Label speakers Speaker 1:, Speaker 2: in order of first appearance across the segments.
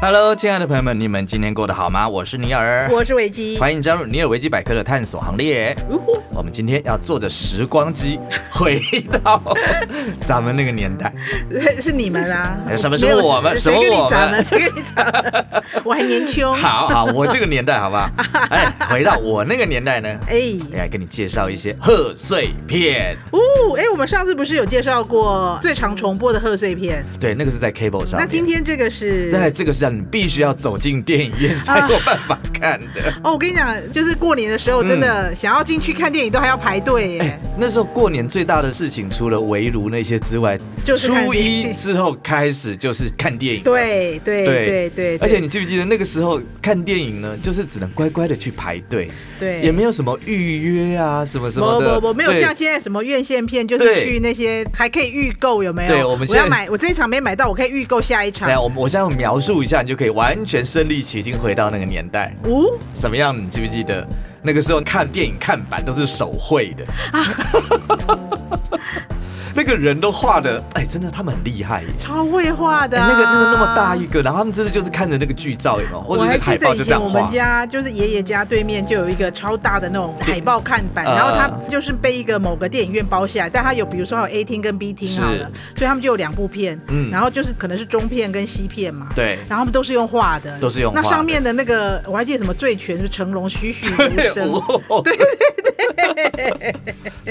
Speaker 1: Hello，亲爱的朋友们，你们今天过得好吗？ 我是尼尔，
Speaker 2: 我是维基。
Speaker 1: 欢迎加入尼尔维基百科的探索行列。
Speaker 2: 呜呼
Speaker 1: 我们今天要坐着时光机回到咱们那个年代，
Speaker 2: 是是你们啊？
Speaker 1: 哎什么是
Speaker 2: 没有
Speaker 1: 我们什
Speaker 2: 谁
Speaker 1: 么
Speaker 2: 跟
Speaker 1: 我
Speaker 2: 你
Speaker 1: 们
Speaker 2: 咱们？谁跟你咱们？ 我还年轻。哦
Speaker 1: 好好，我这个年代好不 好？哎，回到我那个年代呢，
Speaker 2: 哎，
Speaker 1: 来给你介绍一些贺岁片。
Speaker 2: 哦，哎，我们上次不是有介绍过最常重播的贺岁片？
Speaker 1: 对，那个是在 Cable 上面。
Speaker 2: 那今天这个是？
Speaker 1: 对，这个是让你必须要走进电影院才有办法看的。
Speaker 2: 哦，我跟你讲，就是过年的时候，真的想要进去看电影都还要排队
Speaker 1: 哎、
Speaker 2: 耶。
Speaker 1: 那时候过年最大的事情，除了围炉那些之外，
Speaker 2: 就是看
Speaker 1: 初
Speaker 2: 电影
Speaker 1: 一之后开始就是看电影。
Speaker 2: 对对对对，
Speaker 1: 而且你记不记得那个时候看电影呢，就是只能乖乖的去排队，
Speaker 2: 对
Speaker 1: 也没有什么预约啊什么什么
Speaker 2: 不
Speaker 1: 的。
Speaker 2: 不不，没有
Speaker 1: 对
Speaker 2: 像现在什么院线片，就
Speaker 1: 对
Speaker 2: 是去那些还可以预购，有没有？
Speaker 1: 对我们现在
Speaker 2: 要买，我这一场没买到，我可以预购下一场
Speaker 1: 来，。我们我现在描述一下，你就可以完全身临其境回到那个年代。
Speaker 2: 哦，
Speaker 1: 什么样？你记不记得那个时候看电影看板都是手绘 的？那个人都画的，哎，真的他们很厉害耶。
Speaker 2: 超会画的
Speaker 1: 哎
Speaker 2: 啊、
Speaker 1: 那个那个那么大一个，然后他们真的就是看着那个剧照，有没有？或者
Speaker 2: 我
Speaker 1: 那
Speaker 2: 还
Speaker 1: 个
Speaker 2: 记
Speaker 1: 海
Speaker 2: 得
Speaker 1: 报
Speaker 2: 以
Speaker 1: 就这
Speaker 2: 前
Speaker 1: 样
Speaker 2: 我
Speaker 1: 画
Speaker 2: 们。家就是爷爷家对面就有一个超大的那种海报看板，
Speaker 1: 呃
Speaker 2: 然后它就是被一个某个电影院包下来，但它有比如说还有 A 厅跟 B 厅好了，所以他们就有两部片，
Speaker 1: 嗯
Speaker 2: 然后就是可能是中片跟西片嘛，
Speaker 1: 对
Speaker 2: 然后他们都是用画的，
Speaker 1: 都是用画的
Speaker 2: 那上面的那个我还记得什么醉拳是成龙栩栩如生，
Speaker 1: 对对对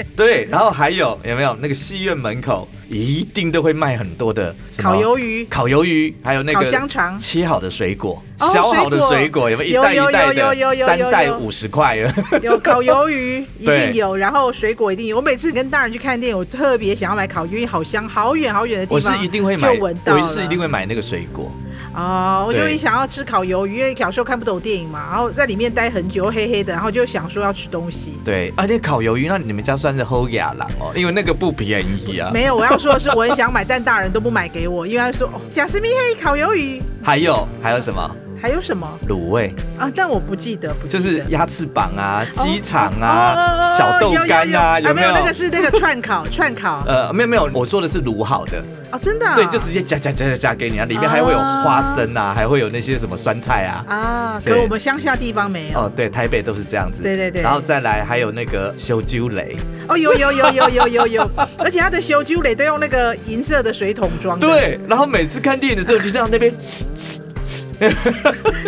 Speaker 1: 对，然后还有有没有那个戏院门口一定都会卖很多的什么
Speaker 2: 烤鱿鱼
Speaker 1: 烤鱿鱼，还有那个
Speaker 2: 烤香肠
Speaker 1: 切好的水果，
Speaker 2: 哦
Speaker 1: 削好的水
Speaker 2: 水
Speaker 1: 果
Speaker 2: 果
Speaker 1: 有没有一袋一袋
Speaker 2: 有有
Speaker 1: 的，
Speaker 2: 有有有
Speaker 1: 三
Speaker 2: 有
Speaker 1: 袋
Speaker 2: 有
Speaker 1: 五十块啊？
Speaker 2: 有烤鱿鱼一
Speaker 1: 对
Speaker 2: 定有，然后水果一定有。我每次跟大人去看电影，我特别想要买烤鱿鱼，好香，好远好远的
Speaker 1: 我
Speaker 2: 地
Speaker 1: 是
Speaker 2: 方，
Speaker 1: 一定会买，
Speaker 2: 就闻到
Speaker 1: 我是
Speaker 2: 了
Speaker 1: 一定会买那个水果。
Speaker 2: 哦，我就
Speaker 1: 对
Speaker 2: 一想要吃烤鱿鱼，因为小时候看不懂电影嘛，然后在里面待很久，黑黑的，然后就想说要吃东西。
Speaker 1: 对，而、啊、且烤鱿鱼，那你们家算是齁雅郎哦，因为那个不便宜啊。
Speaker 2: 没有，我要说的是，我很想买，但大人都不买给我，因为他说哦贾斯密黑烤鱿鱼
Speaker 1: 还有还有什么
Speaker 2: 还有什么
Speaker 1: 卤味，
Speaker 2: 啊？但我不记得，不记
Speaker 1: 就
Speaker 2: 得
Speaker 1: 是鸭翅膀啊、
Speaker 2: 哦
Speaker 1: 鸡肠
Speaker 2: 哦哦
Speaker 1: 啊、
Speaker 2: 哦哦
Speaker 1: 小豆
Speaker 2: 有有
Speaker 1: 干啊，
Speaker 2: 有
Speaker 1: 没
Speaker 2: 有那个是那个串烤，串烤
Speaker 1: 呃，没有没有，我说的是卤好的，
Speaker 2: 哦，真的啊
Speaker 1: 对，就直接夹夹夹夹夹给你啊，里面还会有花生啊，还会有那些什么酸菜啊。
Speaker 2: 啊，
Speaker 1: 对
Speaker 2: 可我们乡下地方没有
Speaker 1: 哦，对，台北都是这样子。
Speaker 2: 啊对对对
Speaker 1: 然后再来还有那个修鸠雷，
Speaker 2: 哦，有有有有有有有，而且它的修猪蕾都用那个银色的水桶装的，
Speaker 1: 对，然后每次看电影的时候就这样那边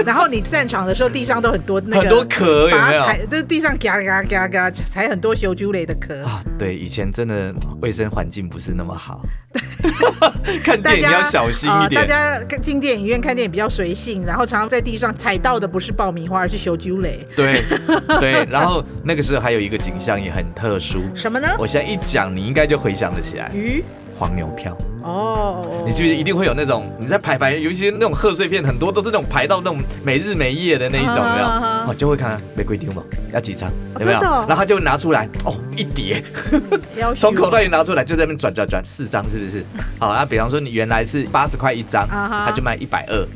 Speaker 2: 然后你散场的时候，地上都很多那个
Speaker 1: 很多壳有
Speaker 2: 把
Speaker 1: 没有
Speaker 2: 它踩，就是地上嘎啦嘎啦嘎啦嘎啦踩很多修猪类的壳。
Speaker 1: 啊，对，以前真的卫生环境不是那么 好，看电影要小心一点
Speaker 2: 呃。大家进电影院看电影比较随性，然后常常在地上踩到的不是爆米花，而是修猪类。
Speaker 1: 对对，然后那个时候还有一个景象也很特殊，
Speaker 2: 什么呢？
Speaker 1: 我现在一讲你应该就回想得起来，
Speaker 2: 鱼
Speaker 1: 黄牛票。
Speaker 2: 哦，
Speaker 1: 你记不记得一定会有那种你在排排，尤其是那种贺岁片，很多都是那种排到那种每日每夜的那一种，有没有？
Speaker 2: 啊啊啊
Speaker 1: 哦，就会看玫瑰丢嘛，要几张，有没有？
Speaker 2: 真的哦
Speaker 1: 然后他就拿出来，哦，一叠，
Speaker 2: 要
Speaker 1: 从口袋里拿出来，就在那边转转转，四张是不 是？好，那比方说你原来是八十块一张，
Speaker 2: 啊哈
Speaker 1: 他就卖一百二，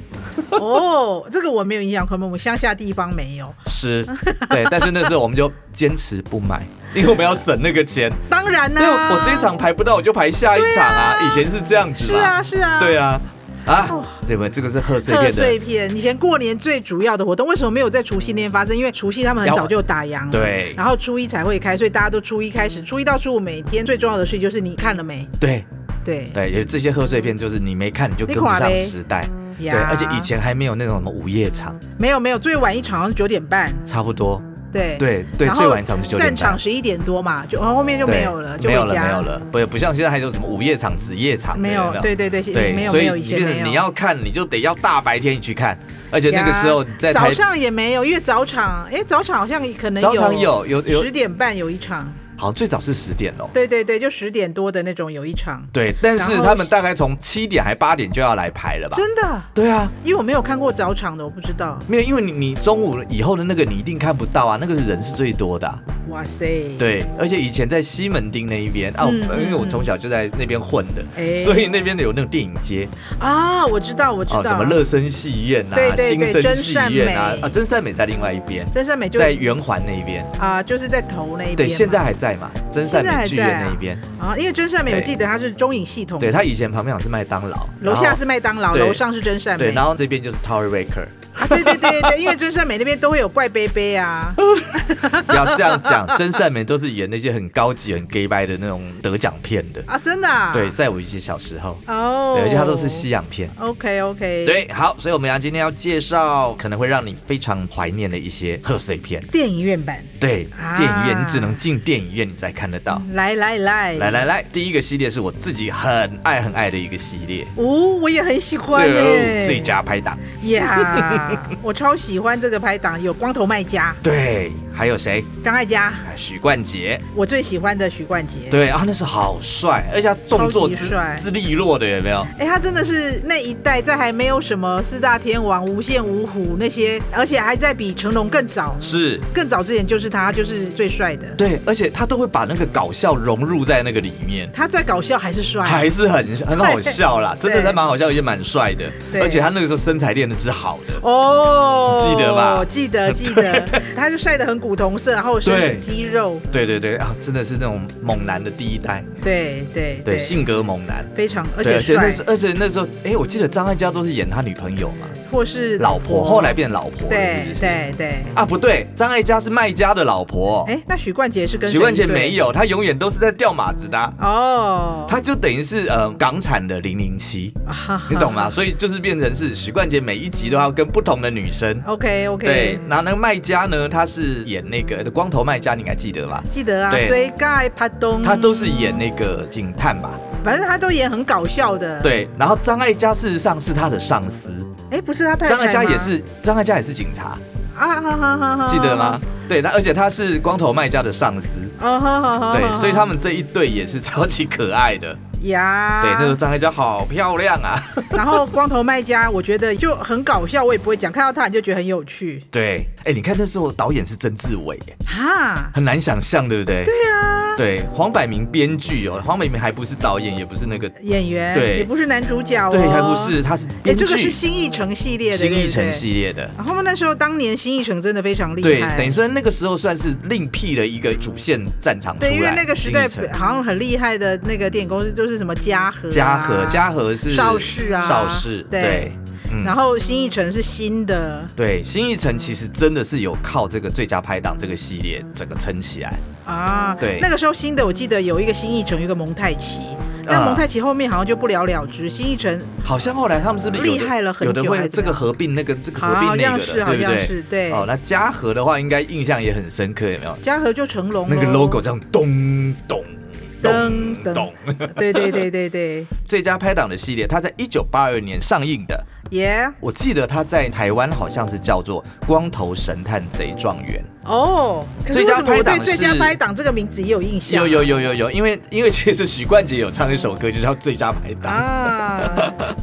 Speaker 2: 哦，这个我没有印象，可能我们乡下地方没有。
Speaker 1: 是，对。但是那时候我们就坚持不买，因为我们要省那个 钱。
Speaker 2: 当然啊
Speaker 1: 因
Speaker 2: 啦、
Speaker 1: 为我这一场排不到，我就排下一场啊。以前是这样子
Speaker 2: 是
Speaker 1: 嘛，
Speaker 2: 啊是啊，
Speaker 1: 对啊，啊
Speaker 2: 哦，
Speaker 1: 对吧？这个是贺岁
Speaker 2: 贺
Speaker 1: 片的
Speaker 2: 岁片，以前过年最主要的活动，为什么没有在除夕那天发生？因为除夕他们很早就打烊了，
Speaker 1: 对
Speaker 2: 然后初一才会开，所以大家都初一开始，初一到初五每天最重要的事就是你看了没？
Speaker 1: 对
Speaker 2: 对，
Speaker 1: 对，有这些贺岁片，就是你没看你就跟
Speaker 2: 你
Speaker 1: 不
Speaker 2: 垮
Speaker 1: 上
Speaker 2: 呗
Speaker 1: 时代。对，
Speaker 2: 呀
Speaker 1: 而且以前还没有那种什么午夜场，
Speaker 2: 没有没有，最晚一场好像九点半，
Speaker 1: 差不多。
Speaker 2: 对
Speaker 1: 对对，
Speaker 2: 然后
Speaker 1: 最晚一场就九点半
Speaker 2: 散场，十一点多嘛，就哦后面就
Speaker 1: 对
Speaker 2: 没有了，就
Speaker 1: 没
Speaker 2: 回
Speaker 1: 有了，
Speaker 2: 家
Speaker 1: 没有，了。不不像现在还有什么午夜场、子夜场的，
Speaker 2: 没有
Speaker 1: 没有
Speaker 2: 对对对，
Speaker 1: 对，
Speaker 2: 没有
Speaker 1: 所
Speaker 2: 没
Speaker 1: 以
Speaker 2: 有以前
Speaker 1: 你变
Speaker 2: 没
Speaker 1: 成
Speaker 2: 有。
Speaker 1: 你要看，你就得要大白天你去看，而且那个
Speaker 2: 呀
Speaker 1: 时候你在
Speaker 2: 早
Speaker 1: 台
Speaker 2: 上也没有，因为早场，哎，早场好像可能
Speaker 1: 早场有有有
Speaker 2: 十点半有一场，
Speaker 1: 好像最早是十点哦。
Speaker 2: 对对对，就十点多的那种有一场，
Speaker 1: 对，但是
Speaker 2: 然后
Speaker 1: 他们大概从七点还八点就要来排了吧？
Speaker 2: 真的。
Speaker 1: 对啊，
Speaker 2: 因为我没有看过早场的，我不知道。
Speaker 1: 没有，因为你你中午以后的那个你一定看不到啊，那个人是最多的啊、
Speaker 2: 哇塞，，
Speaker 1: 对，而且以前在西门町那一边啊，我
Speaker 2: 嗯嗯
Speaker 1: 因为我从小就在那边混的，
Speaker 2: 哎
Speaker 1: 所以那边的有那种电影街
Speaker 2: 啊，我知道，我知
Speaker 1: 哦，
Speaker 2: 道，
Speaker 1: 什么乐生戏院啊、
Speaker 2: 对对
Speaker 1: 新
Speaker 2: 对
Speaker 1: 生戏院啊
Speaker 2: 真善，美
Speaker 1: 啊，真善美在另外一边，
Speaker 2: 真善美就
Speaker 1: 在圆环那一边。
Speaker 2: 啊、就是在头那一边嘛。
Speaker 1: 对，现在还在嘛？真善美剧
Speaker 2: 现在还
Speaker 1: 院
Speaker 2: 在啊
Speaker 1: 那一边，
Speaker 2: 啊，因为真善美，我
Speaker 1: 对
Speaker 2: 记得它是中影系统，
Speaker 1: 对，它以前旁边好像是麦当劳，
Speaker 2: 楼
Speaker 1: 然
Speaker 2: 下
Speaker 1: 后
Speaker 2: 是麦当劳，
Speaker 1: 对
Speaker 2: 楼上是真善美。
Speaker 1: 对，然后这边就是 Tower Waker，
Speaker 2: 啊，对对对对，因为真善美那边都会有怪杯杯 啊，
Speaker 1: 不要这样讲，真善美都是演那些很高级、很 gay 拜的那种得奖片的。
Speaker 2: 啊，真的、啊。
Speaker 1: 对，，在我一些小时候，
Speaker 2: 哦
Speaker 1: 对，，而且它都是西洋片。
Speaker 2: OK OK，，
Speaker 1: 对，好，所以我们要今天要介绍可能会让你非常怀念的一些贺岁片。
Speaker 2: 电影院版，
Speaker 1: 对，
Speaker 2: 啊
Speaker 1: 电影院你只能进电影院你才看得到。
Speaker 2: 来来来
Speaker 1: 来，来来，第一个系列是我自己很爱很爱的一个系列，
Speaker 2: 哦，我也很喜欢呢、
Speaker 1: 对，哦最佳拍档。
Speaker 2: 呀我超喜欢这个拍档，有光头卖家、
Speaker 1: 对，还有谁？
Speaker 2: 张艾嘉，
Speaker 1: 啊许冠杰。
Speaker 2: 我最喜欢的许冠杰。
Speaker 1: 对啊，那是好帅，而且他动作
Speaker 2: 超级
Speaker 1: 之
Speaker 2: 帅
Speaker 1: 之利落的，有没有？
Speaker 2: 哎、他真的是那一代，在还没有什么四大天王、无限五虎那些，而且还在比成龙更早，
Speaker 1: 是。
Speaker 2: 更早之前就是他，就是最帅的。
Speaker 1: 对，而且他都会把那个搞笑融入在那个里面，
Speaker 2: 他在搞笑还是帅，
Speaker 1: 还是很很好笑啦，真
Speaker 2: 对
Speaker 1: 的还蛮好笑，也蛮帅的。
Speaker 2: 对
Speaker 1: 而且他那个时候身材练的之好的，
Speaker 2: 哦，
Speaker 1: 记得吧
Speaker 2: 记 得记得，他就晒得很古铜色，然后身
Speaker 1: 对
Speaker 2: 很肌肉，
Speaker 1: 对对对啊，真的是那种猛男的第一代，
Speaker 2: 对对
Speaker 1: 对，性格猛男。
Speaker 2: 非常而
Speaker 1: 对
Speaker 2: 且
Speaker 1: 而且
Speaker 2: 帅
Speaker 1: 那，时，而且那时候，哎，我记得张艾嘉都是演他女朋友嘛，
Speaker 2: 或是
Speaker 1: 老婆，后来变老婆了，是
Speaker 2: 对
Speaker 1: 不是？
Speaker 2: 对对，
Speaker 1: 啊，不对，张艾嘉是卖家的老婆，
Speaker 2: 哎，那许冠杰是跟
Speaker 1: 许冠杰
Speaker 2: 谁一对
Speaker 1: 没有，他永远都是在掉马子的啊、
Speaker 2: 哦，啊
Speaker 1: 他就等于是呃港产的零零七， 你懂吗？所以就是变成是许冠杰每一集都要跟不同的女生。
Speaker 2: ？OK
Speaker 1: 对
Speaker 2: OK，，
Speaker 1: 然后那个卖家呢，他是演那个呃光头卖家，你应该记得吧？
Speaker 2: 记得啊，
Speaker 1: 对
Speaker 2: 追盖帕东，
Speaker 1: 他都是演那个警探吧？
Speaker 2: 反正他都演很搞笑的，，
Speaker 1: 对，然后张艾嘉事实上是他的上司，
Speaker 2: 哎，不是他太太
Speaker 1: 张艾嘉
Speaker 2: 吗
Speaker 1: 也是张艾嘉也是警察，
Speaker 2: 啊，哈哈哈哈，
Speaker 1: 记得吗？？对，那而且他是光头卖家的上司，
Speaker 2: 哦，哈哈哈，
Speaker 1: 对，所以他们这一对也是 超级可爱的。
Speaker 2: 呀，
Speaker 1: 对，那时候张艾嘉好漂亮 啊。
Speaker 2: 然后光头卖家，我觉得就很搞笑，我也不会讲，看到他你就觉得很有趣
Speaker 1: 对，哎，你看那时候导演是曾志伟耶，
Speaker 2: 哈。
Speaker 1: 很难想象，对不对？
Speaker 2: 对啊，
Speaker 1: 对，黄百鸣编剧哦，黄百鸣还不是导演，也不是那个，
Speaker 2: 演员
Speaker 1: 对
Speaker 2: 也不是男主角、哦，
Speaker 1: 对，还不是，。他是
Speaker 2: 哦哎，
Speaker 1: 编剧。
Speaker 2: 这个是新艺城系列的，
Speaker 1: 新艺
Speaker 2: 对
Speaker 1: 城
Speaker 2: 不对。
Speaker 1: 系列的。
Speaker 2: 然后那时候当年新艺城真的非常厉
Speaker 1: 对，
Speaker 2: 害，
Speaker 1: 等于说那个时候算是另辟了一个主线战场出来。
Speaker 2: 对因为那个时代
Speaker 1: 新艺城
Speaker 2: 好像很厉害的那个电影公司就是什么嘉禾、
Speaker 1: 嘉禾，嘉。禾是
Speaker 2: 啊邵氏啊
Speaker 1: 邵氏
Speaker 2: 对
Speaker 1: 对，嗯
Speaker 2: 然后新艺城是新的
Speaker 1: 对，新艺城其实真的是有靠这个最佳拍档这个系列整个撑起来。
Speaker 2: 啊，
Speaker 1: 对
Speaker 2: 那个时候新的我记得有一个新艺城，有一个蒙太奇，但
Speaker 1: 啊
Speaker 2: 蒙太奇后面好像就不了了之，新艺城
Speaker 1: 好像后来他们是不是有的
Speaker 2: 厉害了很
Speaker 1: 有
Speaker 2: 久
Speaker 1: 的
Speaker 2: 还
Speaker 1: 会
Speaker 2: 是
Speaker 1: 这
Speaker 2: 怎么
Speaker 1: 个
Speaker 2: 样
Speaker 1: 合并那个，这个合并
Speaker 2: 好
Speaker 1: 那
Speaker 2: 像
Speaker 1: 个
Speaker 2: 是
Speaker 1: 的，
Speaker 2: 好
Speaker 1: 对不
Speaker 2: 像
Speaker 1: 对？
Speaker 2: 是对，
Speaker 1: 哦，那嘉禾的话应该印象也很深刻，有没有？
Speaker 2: 嘉禾就成龙
Speaker 1: 那个
Speaker 2: 咯
Speaker 1: logo 这样咚咚
Speaker 2: 噔
Speaker 1: 咚咚。
Speaker 2: 对对对对对，
Speaker 1: 最佳拍档的系列，它在一九八二年上映的。
Speaker 2: 耶、
Speaker 1: 我记得它在台湾好像是叫做《光头神探贼状元
Speaker 2: 哦，可是
Speaker 1: 最
Speaker 2: 为
Speaker 1: 佳
Speaker 2: 什么我
Speaker 1: 拍
Speaker 2: 对
Speaker 1: 档
Speaker 2: 最佳
Speaker 1: 是
Speaker 2: 拍档这个名字也有印》。象啊、
Speaker 1: 有有有有有，因为因为其实许冠杰有唱一首歌，就叫《最佳拍档》。
Speaker 2: 啊！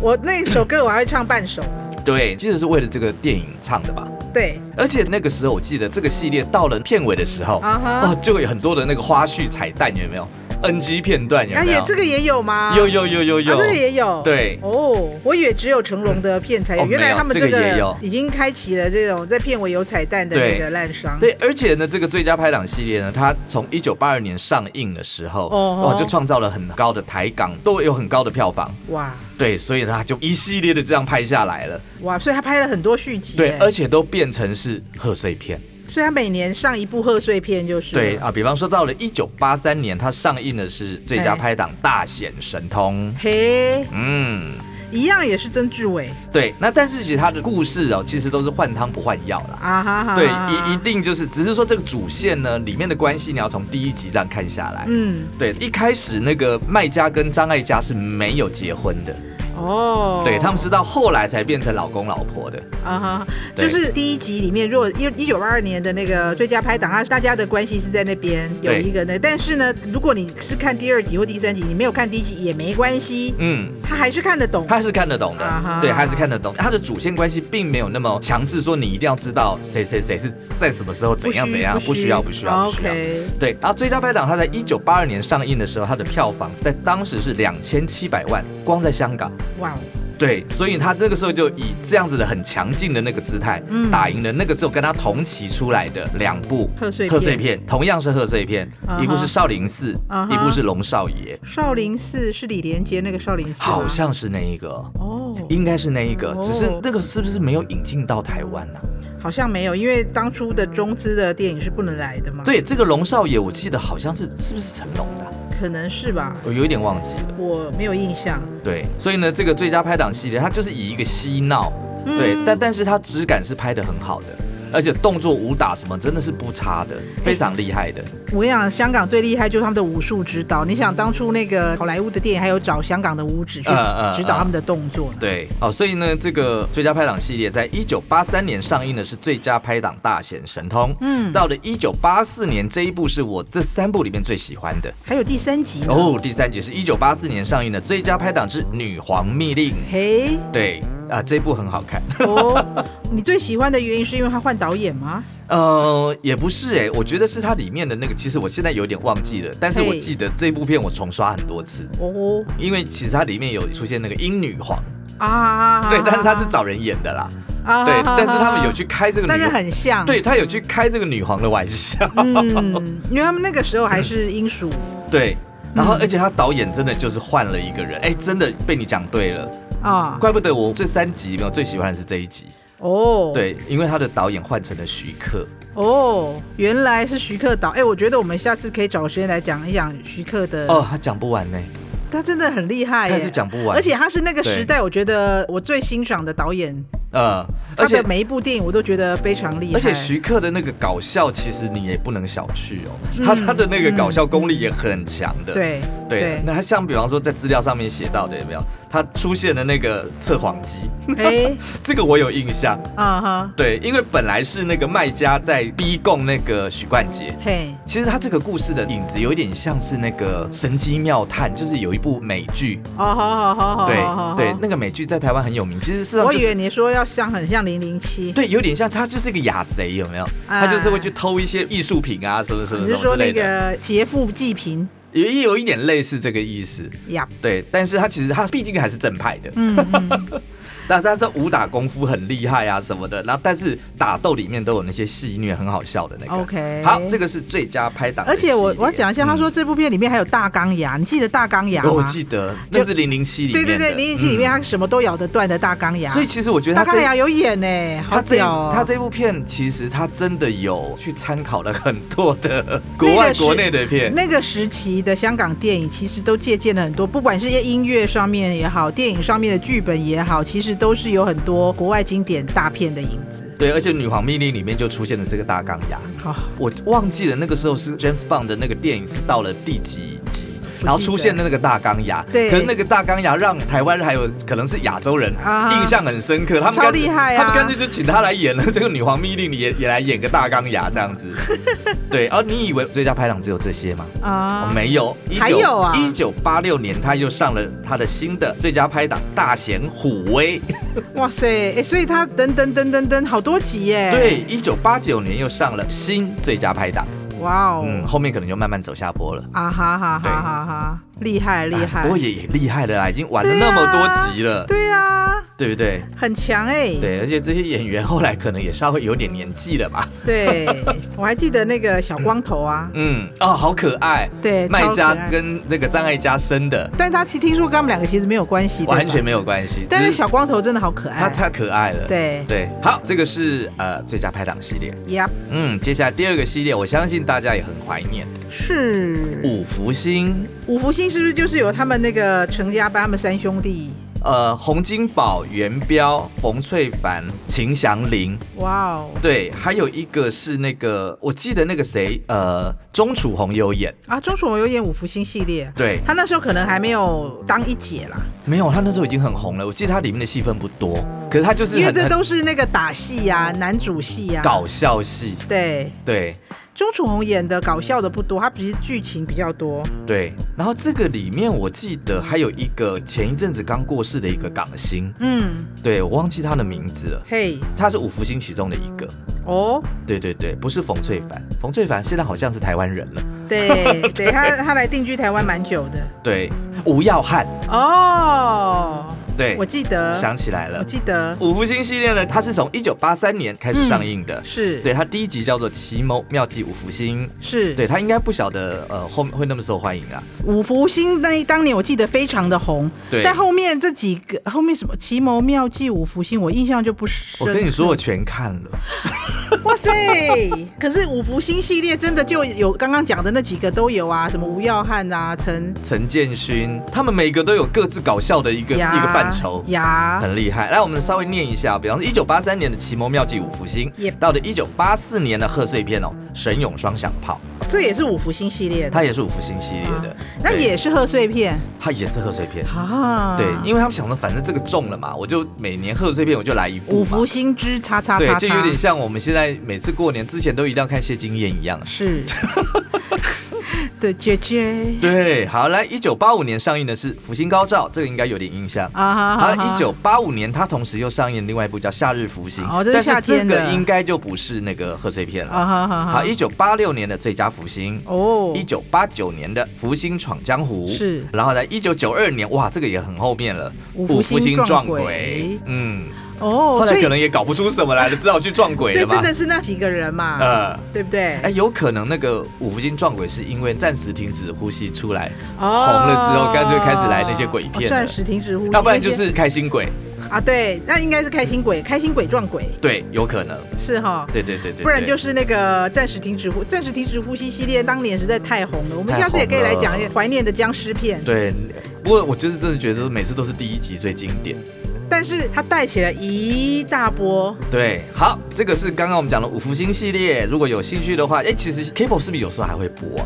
Speaker 2: 我那首歌我还会唱半首，
Speaker 1: 对，记得是为了这个电影唱的吧。
Speaker 2: 对，
Speaker 1: 而且那个时候，我记得这个系列到了片尾的时候
Speaker 2: 啊哈
Speaker 1: 哦，就有很多的那个花絮彩蛋，有没有？NG 片段有
Speaker 2: 啊
Speaker 1: 没
Speaker 2: 也
Speaker 1: 有？
Speaker 2: 这个也有吗？
Speaker 1: 有有有有
Speaker 2: 啊，这
Speaker 1: 有，
Speaker 2: 个也有。
Speaker 1: 对
Speaker 2: 哦，我以为只有成龙的片才有，
Speaker 1: 哦
Speaker 2: 原
Speaker 1: 没
Speaker 2: 来
Speaker 1: 有
Speaker 2: 他们
Speaker 1: 这
Speaker 2: 这
Speaker 1: 个也
Speaker 2: 个
Speaker 1: 有
Speaker 2: 已经开启了这种在片尾有彩蛋的
Speaker 1: 对
Speaker 2: 那个烂伤。
Speaker 1: 对，而且呢，这个最佳拍档系列呢，它从一九八二年上映的时候，
Speaker 2: 哦
Speaker 1: 哇，就创造了很高的台港，都有很高的票房。
Speaker 2: 哇
Speaker 1: 对，所以它就一系列的这样拍下来了。
Speaker 2: 哇，所以他拍了很多续集，
Speaker 1: 对，
Speaker 2: 哎
Speaker 1: 而且都变成是贺岁片。
Speaker 2: 所以他每年上一部贺岁片就是
Speaker 1: 对
Speaker 2: 了。
Speaker 1: 啊，比方说到了一九八三年，它上映的是最佳
Speaker 2: 哎
Speaker 1: 拍档《大显神通》。
Speaker 2: 嘿，
Speaker 1: 嗯，
Speaker 2: 一样也是曾志伟
Speaker 1: 对。那但是其实它的故事哦，其实都是换汤不换药啦。
Speaker 2: 啊哈哈哈，
Speaker 1: 对，一一定就是，只是说这个主线呢，里面的关系你要从第一集这样看下来。
Speaker 2: 嗯
Speaker 1: 对，一开始那个卖家跟张艾嘉是没有结婚的，
Speaker 2: 哦，
Speaker 1: 对他们是到后来才变成老公老婆的。
Speaker 2: 啊哈，
Speaker 1: 对
Speaker 2: 就是第一集里面，如果一一九八二年的那个最佳拍档，他大家的关系是在那边有
Speaker 1: 对
Speaker 2: 一个那，但是呢，如果你是看第二集或第三集，你没有看第一集也没关系，
Speaker 1: 嗯，
Speaker 2: 他还是看得懂。
Speaker 1: 他是看得懂的
Speaker 2: 啊哈
Speaker 1: 对，他是看得懂。他的主线关系并没有那么强制说你一定要知道谁谁谁是在什么时候怎样
Speaker 2: 不需哦
Speaker 1: 怎样，不需要不需要不需要。
Speaker 2: OK，
Speaker 1: 对，然后《最佳拍档》它在一九八二年上映的时候，它的票房在当时是两千七百万，光在香港。
Speaker 2: 哇哦，
Speaker 1: 对，所以他那个时候就以这样子的很强劲的那个姿态，
Speaker 2: 嗯
Speaker 1: 打赢了那个时候跟他同期出来的两部
Speaker 2: 贺岁
Speaker 1: 贺岁片，同样是贺岁片
Speaker 2: 啊哈
Speaker 1: 一部是《少林寺
Speaker 2: 啊哈
Speaker 1: 一部是《龙少爷》，
Speaker 2: 少林寺是李连杰那个少林寺吗，
Speaker 1: 好像是那一个。
Speaker 2: 哦，
Speaker 1: 应该是那一个
Speaker 2: 哦，
Speaker 1: 只是那个是不是没有引进到台湾啊呢、
Speaker 2: 好像没有，因为当初的中资的电影是不能来的嘛，，
Speaker 1: 对，这个龙少爷我记得好像是是不是成龙的啊、
Speaker 2: 可能是吧，
Speaker 1: 我有一点忘记了。
Speaker 2: 我没有印象。
Speaker 1: 对，所以呢，这个最佳拍档系列，它就是以一个嬉闹，对，但但是它质感是拍的很好的，而且动作武打什么真的是不差的，非常厉害的。
Speaker 2: 我跟你讲，香港最厉害就是他们的武术指导。你想当初那个好莱坞的电影，还有找香港的武指去
Speaker 1: 嗯嗯嗯
Speaker 2: 指导他们的动作呢。
Speaker 1: 对，哦，所以呢，这个最佳拍档系列在一九八三年上映的是《最佳拍档大显神通》，
Speaker 2: 嗯
Speaker 1: 到了一九八四年这一部是我这三部里面最喜欢的。
Speaker 2: 还有第三集呢
Speaker 1: 哦，第三集是一九八四年上映的《最佳拍档之女皇密令》，
Speaker 2: 嘿
Speaker 1: 对啊，这部很好看。
Speaker 2: 哦，你最喜欢的原因是因为他换导演吗？
Speaker 1: 呃，也不是哎、我觉得是它里面的那个，其实我现在有点忘记了，但是我
Speaker 2: 嘿
Speaker 1: 记得这部片我重刷很多次，
Speaker 2: 哦
Speaker 1: 因为其实它里面有出现那个英女皇，
Speaker 2: 啊，
Speaker 1: 对，但是她是找人演的啦，
Speaker 2: 啊
Speaker 1: 对，但是他们有，去开这个
Speaker 2: 但
Speaker 1: 女
Speaker 2: 是
Speaker 1: 皇，
Speaker 2: 很像。
Speaker 1: 对他有去开这个女皇的玩笑，
Speaker 2: 嗯，因为他们那个时候还是英属
Speaker 1: 对。然后，而且他导演真的就是换了一个人，哎，真的被你讲对了，
Speaker 2: 啊，
Speaker 1: 怪不得我这三集没有最喜欢的是这一集，
Speaker 2: 哦，，
Speaker 1: 对，因为他的导演换成了徐克，
Speaker 2: 哦，原来是徐克导。哎，我觉得我们下次可以找时间来讲一讲徐克的，
Speaker 1: 哦，他讲不完呢，
Speaker 2: 他真的很厉害耶，
Speaker 1: 他是讲不完，
Speaker 2: 而且他是那个
Speaker 1: 对
Speaker 2: 时代，我觉觉得我最欣赏的导演，
Speaker 1: 呃，
Speaker 2: 他
Speaker 1: 而且
Speaker 2: 的每一部电影我都觉得非常厉害。
Speaker 1: 而且徐克的那个搞笑，其实你也不能小觑哦，他他的那个搞笑功力也很强的。
Speaker 2: 嗯对
Speaker 1: 对，那他像比方说在资料上面写到的有没有？他出现的那个测谎机，
Speaker 2: 哎
Speaker 1: 这个我有印象。
Speaker 2: 啊哈
Speaker 1: 对，因为本来是那个卖家在逼供那个许冠杰。
Speaker 2: 嘿
Speaker 1: 其实他这个故事的影子有点像是那个《神机妙探》，就是有一部美剧，
Speaker 2: 哦好好好好
Speaker 1: 对
Speaker 2: 好好
Speaker 1: 对
Speaker 2: 好，
Speaker 1: 那个美剧在台湾很有名。其实是
Speaker 2: 我以为你说要像很像零零七，
Speaker 1: 对，有点像他就是一个雅贼，有没有？
Speaker 2: 啊
Speaker 1: 他就是会去偷一些艺术品啊，什么什么
Speaker 2: 你
Speaker 1: 什
Speaker 2: 是
Speaker 1: 么
Speaker 2: 说
Speaker 1: 之类
Speaker 2: 那
Speaker 1: 的，
Speaker 2: 个劫富济贫
Speaker 1: 也也有一点类似这个意思。
Speaker 2: 呀？
Speaker 1: 对，但是他其实他毕竟还是正派的，
Speaker 2: 嗯嗯
Speaker 1: 那他这武打功夫很厉害啊什么的，然后但是打斗里面都有那些戏虐，很好笑的那个。
Speaker 2: ，OK。
Speaker 1: 好，这个是最佳拍档的
Speaker 2: 而
Speaker 1: 系
Speaker 2: 且
Speaker 1: 列。
Speaker 2: 我我要讲一下，他说
Speaker 1: 嗯、
Speaker 2: 这部片里面还有大钢牙，你记得大钢牙
Speaker 1: 哦我
Speaker 2: 吗？
Speaker 1: 记得
Speaker 2: 就
Speaker 1: 那是零零七里
Speaker 2: 对
Speaker 1: 面的，
Speaker 2: 对对，零零七里面
Speaker 1: 嗯、
Speaker 2: 他什么都咬得断的大钢牙，
Speaker 1: 所以其实我觉得
Speaker 2: 大
Speaker 1: 他
Speaker 2: 钢
Speaker 1: 这
Speaker 2: 牙有演呢，好
Speaker 1: 他这
Speaker 2: 屌哦！
Speaker 1: 他这部片其实他真的有去参考了很多的国外
Speaker 2: 那个是
Speaker 1: 国内的片，
Speaker 2: 那个时期的香港电影其实都借鉴了很多，不管是音乐上面也好，电影上面的剧本也好，其实都是有很多国外经典大片的影子。
Speaker 1: 对，而且《女皇密令》里面就出现了这个大钢牙，
Speaker 2: 好、
Speaker 1: 我忘记了那个时候是 James Bond 的那个电影是到了第几集。
Speaker 2: 得
Speaker 1: 然后出现的那个大钢牙，
Speaker 2: 对
Speaker 1: 可是那个大钢牙让台湾人还有可能是亚洲人
Speaker 2: 啊
Speaker 1: 印象很深刻，他们
Speaker 2: 超
Speaker 1: 干脆
Speaker 2: 厉害啊
Speaker 1: 他们干脆就请他来演了这个女皇密令，也也来演个大钢牙这样 子。对，而你以为最佳拍档只有这些吗？哦
Speaker 2: 啊，
Speaker 1: 没有，
Speaker 2: 还有啊
Speaker 1: 一九八六年他又上了他的新的最佳拍档《大显虎威》，
Speaker 2: 哇塞，哎，所以他等等等等等好多集耶。，
Speaker 1: 对，一九八九年又上了新最佳拍档。
Speaker 2: 哇哦，
Speaker 1: 嗯，后面可能就慢慢走下坡了。
Speaker 2: 啊哈哈
Speaker 1: 对哎
Speaker 2: 哈哈哈，厉害厉害，
Speaker 1: 不过也也厉害了啦，已经玩了那么多集了，
Speaker 2: 对啊，
Speaker 1: 对不对？
Speaker 2: 很强哎。
Speaker 1: 对，而且这些演员后来可能也稍微有点年纪了吧。
Speaker 2: 对，我还记得那个小光头啊，
Speaker 1: 嗯，哦，好可爱，
Speaker 2: 对，
Speaker 1: 麦
Speaker 2: 超可
Speaker 1: 家
Speaker 2: 爱，
Speaker 1: 跟那个张艾嘉生的
Speaker 2: 但他其听说跟他们两个其实没有关系，对吧
Speaker 1: 完全没有关系，
Speaker 2: 但
Speaker 1: 只
Speaker 2: 是小光头真的好可
Speaker 1: 他
Speaker 2: 爱。
Speaker 1: 太可爱了。
Speaker 2: 对
Speaker 1: 对，好，这个是呃最佳拍档系列。
Speaker 2: 呀，
Speaker 1: 嗯，接下来第二个系列，我相信大家也很怀念
Speaker 2: 是
Speaker 1: 五福星。
Speaker 2: 五福星是不是就是有他们那个成家班他们三兄弟
Speaker 1: 呃，洪金宝、元彪、冯翠凡、秦祥林，
Speaker 2: 哇哦
Speaker 1: 对，还有一个是那个，我记得那个谁，呃，钟楚红有演，
Speaker 2: 啊！钟楚红有演五福星系列，
Speaker 1: 对，
Speaker 2: 她那时候可能还没有当一姐啦，
Speaker 1: 没有，他那时候已经很红了，我记得他里面的戏份不多，可是他就是
Speaker 2: 因为
Speaker 1: 很
Speaker 2: 这
Speaker 1: 很
Speaker 2: 都是那个打戏呀、男主戏呀、
Speaker 1: 搞笑戏，
Speaker 2: 对，
Speaker 1: 对
Speaker 2: 钟楚红演的搞笑的不多，她只是剧情比较多。
Speaker 1: 对。然后这个里面我记得还有一个前一阵子刚过世的一个港星，
Speaker 2: 嗯，
Speaker 1: 对我忘记他的名字了，
Speaker 2: 嘿，
Speaker 1: 他是五福星其中的一个，
Speaker 2: 哦，
Speaker 1: 对对对，不是冯翠凡，冯翠凡现在好像是台湾人了，
Speaker 2: 对对，她她来定居台湾蛮久的。
Speaker 1: 对，吴耀汉，
Speaker 2: 哦，
Speaker 1: 对
Speaker 2: 我，记得，
Speaker 1: 想起来了
Speaker 2: 我，记得
Speaker 1: 五福星系列呢，它是从一九八三年开始上映的。
Speaker 2: 是，
Speaker 1: 对它第一集叫做《奇谋妙计五福星》，
Speaker 2: 是，
Speaker 1: 对它应该不晓得呃后会那么受欢迎啊。
Speaker 2: 五福星那一当年我记得非常的红，
Speaker 1: 对
Speaker 2: 但后面这几个后面什么奇谋妙计五福星，我印象就不深。
Speaker 1: 我跟你说，我全看了。
Speaker 2: 哇塞！可是五福星系列真的就有刚刚讲的那几个都有啊，什么吴耀汉啊、陈
Speaker 1: 陈建勋他们每个都有各自搞笑的一个
Speaker 2: 呀
Speaker 1: 一个范畴。
Speaker 2: 呀，
Speaker 1: 很厉害，来，我们稍微念一下，比方说一九八三年的《奇谋妙计五福星
Speaker 2: Yep》，
Speaker 1: 到了一九八四年的贺岁片哦，《神勇双响炮
Speaker 2: 这也是五福星系列》，的，
Speaker 1: 它也是五福星系列的
Speaker 2: 啊，那
Speaker 1: 对
Speaker 2: 也是贺岁片
Speaker 1: 它也是贺岁片，
Speaker 2: 啊。
Speaker 1: 对，因为他们想着反正这个中了嘛，我就每年贺岁片我就来一部嘛
Speaker 2: 五福星之叉叉
Speaker 1: 对，
Speaker 2: 叉
Speaker 1: 就有点
Speaker 2: 叉
Speaker 1: 像我们现在每次过年之前都一定要看谢金燕一样。
Speaker 2: 是的姐姐
Speaker 1: 对，好，来，一九八五年上映的是《福星高照》，这个应该有点印象。
Speaker 2: 啊哈
Speaker 1: 好，
Speaker 2: 哈哈
Speaker 1: 一九八五年，它同时又上映另外一部叫《夏日福星》，
Speaker 2: 哦这是
Speaker 1: 但
Speaker 2: 夏
Speaker 1: 是这
Speaker 2: 天的
Speaker 1: 个应该就不是那个贺岁片了。
Speaker 2: 啊哈哈哈
Speaker 1: 好，一九八六年的《最佳福星》，
Speaker 2: 哦
Speaker 1: 一九八九年的《福星闯江湖》
Speaker 2: 是
Speaker 1: 然后呢，一九九二年，哇，这个也很后面了，
Speaker 2: 五福星撞鬼
Speaker 1: 嗯，
Speaker 2: 哦
Speaker 1: 后，
Speaker 2: 所
Speaker 1: 来
Speaker 2: 以
Speaker 1: 可能也搞不出什么来了，只好去撞鬼
Speaker 2: 所以
Speaker 1: 了嘛
Speaker 2: 真。的是那几个人嘛，
Speaker 1: 呃，
Speaker 2: 对不对？
Speaker 1: 哎，有可能那个五福星撞鬼是因为暂时停止呼吸出来，
Speaker 2: 哦
Speaker 1: 红了之后干脆开始来那些鬼片了
Speaker 2: 哦钻石停止呼吸，
Speaker 1: 要不然就
Speaker 2: 那些
Speaker 1: 是开心鬼。
Speaker 2: 啊，对，那应该是开心鬼，开心鬼撞鬼
Speaker 1: 对，有可能。
Speaker 2: 是哈。
Speaker 1: 对对对对对。
Speaker 2: 不然就是那个暂时停止呼暂时停止呼吸系列，当年实在太红了。我们
Speaker 1: 太
Speaker 2: 下次也可以
Speaker 1: 红了
Speaker 2: 来讲一个怀念的僵尸片，
Speaker 1: 对。不过我就是真的觉得每次都是第一集最经典。
Speaker 2: 但是它带起了一大波。
Speaker 1: 对，好，这个是刚刚我们讲的五福星系列，如果有兴趣的话，哎，其实 Cable 是不是有时候还会播啊？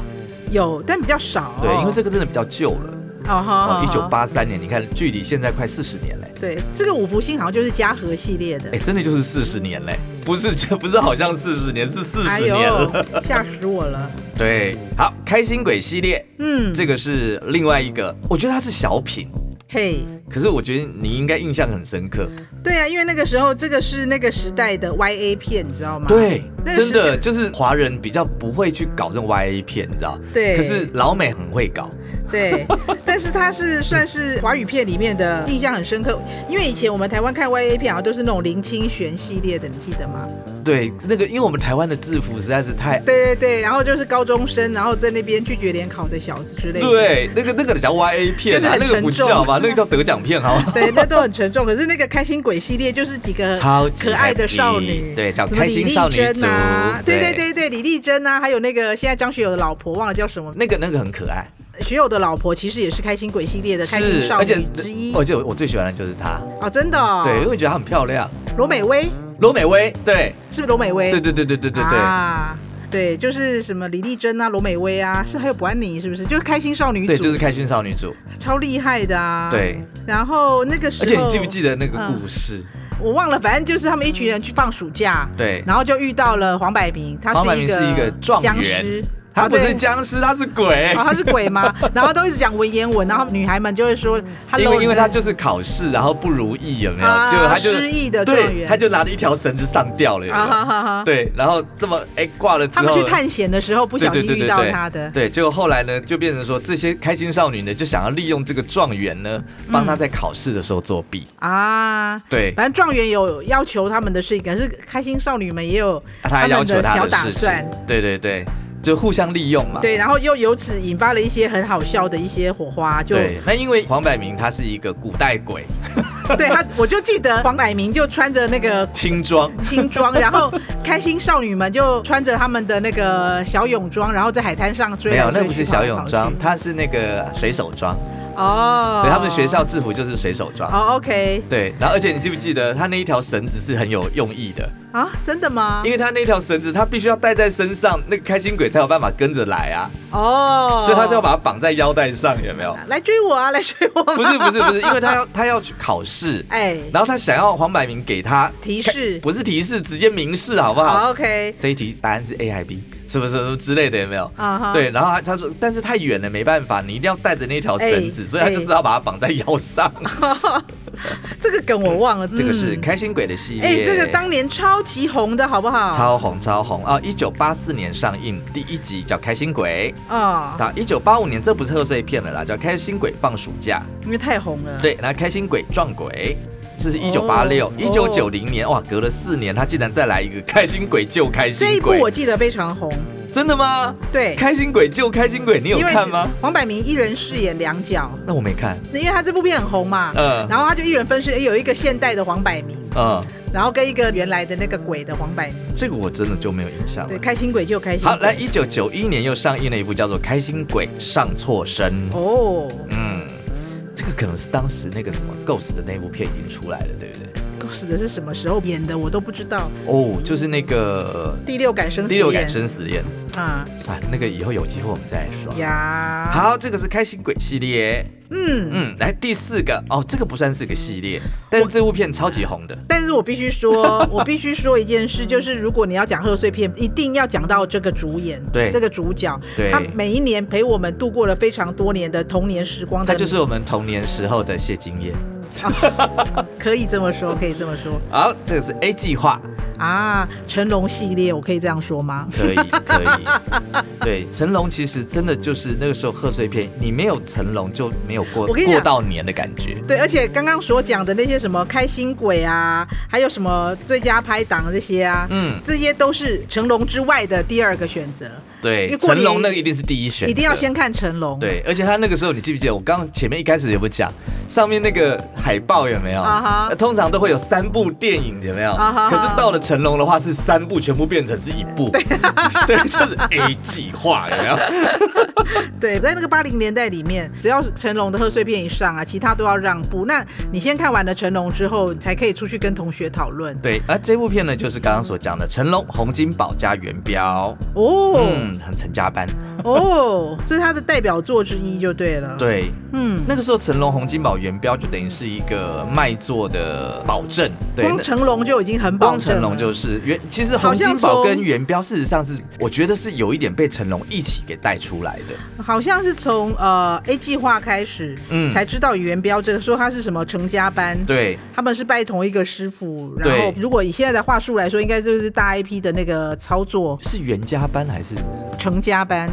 Speaker 2: 有，但比较少。
Speaker 1: 对，因为这个真的比较旧了，
Speaker 2: 哦哈，
Speaker 1: 哦，一
Speaker 2: 哈
Speaker 1: 九。八三年，你看距离现在快四十年嘞，
Speaker 2: 对，这个五福星好像就是嘉禾系列的
Speaker 1: 哎，。真的就是四十年嘞，不是 这不是好像四十年，是四十
Speaker 2: 哎
Speaker 1: 年了。，
Speaker 2: 吓死我了。
Speaker 1: 对，好，开心鬼系列，
Speaker 2: 嗯，
Speaker 1: 这个是另外一个，我觉得它是小品，
Speaker 2: 嘿，
Speaker 1: 可是我觉得你应该印象很深刻。
Speaker 2: 对啊，因为那个时候这个是那个时代的 YA 片，你知道吗？
Speaker 1: 对，
Speaker 2: 那个
Speaker 1: 真
Speaker 2: 是
Speaker 1: 的就是华人比较不会去搞这种 YA 片，你知道？
Speaker 2: 对
Speaker 1: 可是老美很会搞，
Speaker 2: 对，但是它是算是华语片里面的印象很深刻，因为以前我们台湾看 YA 片好像都是那种林清玄系列的，你记得吗？
Speaker 1: 对，那个因为我们台湾的制服实在是太。
Speaker 2: 对对对，然后就是高中生，然后在那边拒绝联考的小子之类的。
Speaker 1: 对，那个那个叫 YA 片啊，
Speaker 2: 就
Speaker 1: 那
Speaker 2: 是
Speaker 1: 个
Speaker 2: 很
Speaker 1: 不
Speaker 2: 沉重
Speaker 1: 叫吧，那个叫得奖片，好吗？
Speaker 2: 对，那都很沉重。可是那个开心鬼系列就是几个
Speaker 1: 超级
Speaker 2: 可爱的
Speaker 1: happy，
Speaker 2: 少女，
Speaker 1: 对叫
Speaker 2: 什么
Speaker 1: 开心少女
Speaker 2: 李丽珍啊
Speaker 1: 组，
Speaker 2: 对对
Speaker 1: 对
Speaker 2: 对对，李丽珍啊，还有那个现在张学友的老婆忘了叫什么，
Speaker 1: 那个那个很可爱，
Speaker 2: 学友的老婆其实也是开心鬼系列的开心少
Speaker 1: 而且
Speaker 2: 女之一
Speaker 1: 而且我最喜欢的就是她，
Speaker 2: 哦，真的、哦，
Speaker 1: 对，因为我觉得她很漂亮。
Speaker 2: 罗美薇
Speaker 1: 罗美薇，对，
Speaker 2: 是不是罗美薇？
Speaker 1: 对对对对对对对，
Speaker 2: 啊，对，就是什么李丽珍啊、罗美薇啊，是还有卜安妮，是不是？就是开心少女组，
Speaker 1: 对，就是开心少女组，
Speaker 2: 超厉害的啊。
Speaker 1: 对。
Speaker 2: 然后那个时候，
Speaker 1: 而且你记不记
Speaker 2: 得？
Speaker 1: 得那个
Speaker 2: 嗯
Speaker 1: 故事？
Speaker 2: 我忘了，反正就是他们一群人去放暑假，
Speaker 1: 对
Speaker 2: 然后就遇到了黄百鸣，他
Speaker 1: 黄百鸣是一个状
Speaker 2: 僵
Speaker 1: 元
Speaker 2: 尸，
Speaker 1: 他
Speaker 2: 哦
Speaker 1: 不
Speaker 2: 对
Speaker 1: 是僵尸，他是鬼
Speaker 2: 哦，。他是鬼吗？ 然后都一直讲文言文，然后女孩们就会说他
Speaker 1: 因
Speaker 2: low，
Speaker 1: 为因为他就是考试，然后不如意，有没有？
Speaker 2: 啊
Speaker 1: 就他就
Speaker 2: 失意的状
Speaker 1: 对，
Speaker 2: 元
Speaker 1: 他就拿着一条绳子上吊了，有没
Speaker 2: 啊
Speaker 1: 有？
Speaker 2: 哈哈哈，
Speaker 1: 对，然后这么哎挂了之
Speaker 2: 他
Speaker 1: 后，
Speaker 2: 们去探险的时候不
Speaker 1: 对
Speaker 2: 小
Speaker 1: 对
Speaker 2: 心
Speaker 1: 对
Speaker 2: 遇
Speaker 1: 对
Speaker 2: 到
Speaker 1: 对
Speaker 2: 他的，
Speaker 1: 对，结果后来呢，就变成说这些开心少女呢，就想要利用这个状元呢，
Speaker 2: 嗯
Speaker 1: 帮他在考试的时候作弊。
Speaker 2: 啊。
Speaker 1: 对，
Speaker 2: 反正状元有要求他们的事情，可是开心少女们也有
Speaker 1: 啊他还
Speaker 2: 们
Speaker 1: 要求
Speaker 2: 的
Speaker 1: 他
Speaker 2: 小
Speaker 1: 的
Speaker 2: 打
Speaker 1: 事情
Speaker 2: 算，。
Speaker 1: 对对对，就互相利用嘛。
Speaker 2: 对，然后又由此引发了一些很好笑的一些火花，就
Speaker 1: 对，那因为黄百鸣他是一个古代鬼，
Speaker 2: 对他，我就记得黄百鸣就穿着那个
Speaker 1: 轻装。
Speaker 2: 轻装，然后开心少女们就穿着他们的那个小泳装，然后在海滩上追
Speaker 1: 没有，
Speaker 2: 来追去。
Speaker 1: 那不是小泳
Speaker 2: 跑
Speaker 1: 装，
Speaker 2: 来跑去
Speaker 1: 他是那个水手装。
Speaker 2: 哦，
Speaker 1: 对，他们学校制服就是水手装。
Speaker 2: 哦，OK
Speaker 1: 对，然后而且你记不记得他那一条绳子是很有用意的，
Speaker 2: 啊，真的吗
Speaker 1: 因？为他那条绳子他必须要带在身上，那个开心鬼才有办法跟着来啊，
Speaker 2: 哦，
Speaker 1: 所以他就要把它绑在腰带上，有没有？
Speaker 2: 来追我啊，来追我、啊！
Speaker 1: 不是不是不是，因为他要他要去考试，
Speaker 2: 哎，
Speaker 1: 然后他想要黄百鸣给他
Speaker 2: 提示
Speaker 1: 不是提示，直接明示好不好？
Speaker 2: 好 OK，
Speaker 1: 这一题答案是 A 还 B，什么什么之类的，有没有？
Speaker 2: 啊哈
Speaker 1: 对，然后他他说，但是太远了，没办法，你一定要带着那条绳子，
Speaker 2: 哎
Speaker 1: 所以他就只好把它绑在腰 上。
Speaker 2: 这个梗我忘了，
Speaker 1: 这个是
Speaker 2: 嗯
Speaker 1: 开心鬼的系列，
Speaker 2: 哎、这个当年超级红的好不好？
Speaker 1: 超红超红啊！一九八四年上映第一集叫《开心鬼》，
Speaker 2: 啊、
Speaker 1: 那一九八五年这不是贺岁片了啦，叫《开心鬼放暑假》。
Speaker 2: 因为太红了。，
Speaker 1: 对，那《开心鬼撞鬼》。这是一九八六
Speaker 2: 哦、
Speaker 1: 一九九零年，哇，隔了四年，他竟然再来一个《开心鬼救开
Speaker 2: 这一
Speaker 1: 心
Speaker 2: 部
Speaker 1: 鬼
Speaker 2: 我》，记得非常红。
Speaker 1: 真的吗？
Speaker 2: 对，
Speaker 1: 开心鬼救开心鬼，你有
Speaker 2: 因为
Speaker 1: 看吗？
Speaker 2: 黄百鸣一人饰演两角，
Speaker 1: 那我没看，
Speaker 2: 因为他这部片很红嘛，
Speaker 1: 嗯
Speaker 2: 然后他就一人分饰哎有一个现代的黄百鸣，
Speaker 1: 嗯，
Speaker 2: 然后跟一个原来的那个鬼的黄百鸣。
Speaker 1: 这个我真的就没有印象了
Speaker 2: 对，。开心鬼就开心鬼。
Speaker 1: 好，来，一九九一年又上映了一部叫做《开心鬼上错身》，
Speaker 2: 哦，
Speaker 1: 嗯，这个可能是当时那个什么 Ghost 的那部片已经出来了，对不对？
Speaker 2: 狗死的是什么时候演的我都不知道。
Speaker 1: 哦，就是那个
Speaker 2: 第六感生
Speaker 1: 呃
Speaker 2: 死
Speaker 1: 第六感
Speaker 2: 恋
Speaker 1: 生死恋，
Speaker 2: 啊
Speaker 1: 算了，那个以后有机会我们再来说。
Speaker 2: 呀，
Speaker 1: 好，这个是开心鬼系列，
Speaker 2: 嗯。
Speaker 1: 嗯，来第四个哦，这个不算是个系列，但是这部片超级红的，
Speaker 2: 但是我必 须说，我必须说一件
Speaker 1: 嗯
Speaker 2: 事，就是如果你要讲贺岁片，一定要讲到这个主演，
Speaker 1: 对
Speaker 2: 这个主角，
Speaker 1: 对
Speaker 2: 他每一年陪我们度过了非常多年的童年时光的，
Speaker 1: 它就是我们童年时候的谢金燕。
Speaker 2: 可以这么说， 可以这么说
Speaker 1: 好，这个是 A 计划，
Speaker 2: 啊，成龙系列，我可以这样说吗？
Speaker 1: 可 以可以。对，成龙其实真的就是那个时候贺岁片，你没有成龙就没有过
Speaker 2: 我跟你讲
Speaker 1: 过到年的感觉。
Speaker 2: 对，而且刚刚所讲的那些什么开心鬼啊，还有什么最佳拍档这些啊，
Speaker 1: 嗯，
Speaker 2: 这些都是成龙之外的第二个选择，因
Speaker 1: 对，
Speaker 2: 为过
Speaker 1: 成
Speaker 2: 年
Speaker 1: 龙那个一定是第一选择，
Speaker 2: 一定要先看成龙。
Speaker 1: 对，而且他那个时候，你记不记得我刚前面一开始有没有讲，上面那个海报有没有
Speaker 2: 啊哈
Speaker 1: 那通常都会有三部电影，有没有
Speaker 2: 啊哈哈
Speaker 1: 可是到了成龙的话，是三部全部变成是一部， 对，就是 A 计划，有没有？
Speaker 2: 对，在那个八零年代里面，只要是成龙的贺岁片一上啊，其他都要让步。那你先看完了成龙之后，你才可以出去跟同学讨论。
Speaker 1: 对，而这部片呢，就是刚刚所讲的成龙、洪金宝加元彪，
Speaker 2: 哦、
Speaker 1: 嗯，很成家班。
Speaker 2: 哦，这是他的代表作之一就对了。，
Speaker 1: 对，
Speaker 2: 嗯，
Speaker 1: 那个时候成龙、洪金宝、元彪就等于是一个卖座的保证，对，
Speaker 2: 光
Speaker 1: 那
Speaker 2: 成龙就已经很保
Speaker 1: 光
Speaker 2: 证
Speaker 1: 成
Speaker 2: 了
Speaker 1: 龙就是原，其实
Speaker 2: 好
Speaker 1: 洪
Speaker 2: 像
Speaker 1: 金宝
Speaker 2: 从
Speaker 1: 跟元彪，事实上是我觉得是有一点被成龙一起给带出来的。
Speaker 2: 好像是从呃 A 计划开始，
Speaker 1: 嗯
Speaker 2: 才知道元彪这个说他是什么成家班。
Speaker 1: 对
Speaker 2: 他们是拜同一个师傅，然
Speaker 1: 对
Speaker 2: 后如果以现在的话术来说，应该就是大 IP 的那个操作
Speaker 1: 是袁家班还是
Speaker 2: 成家班。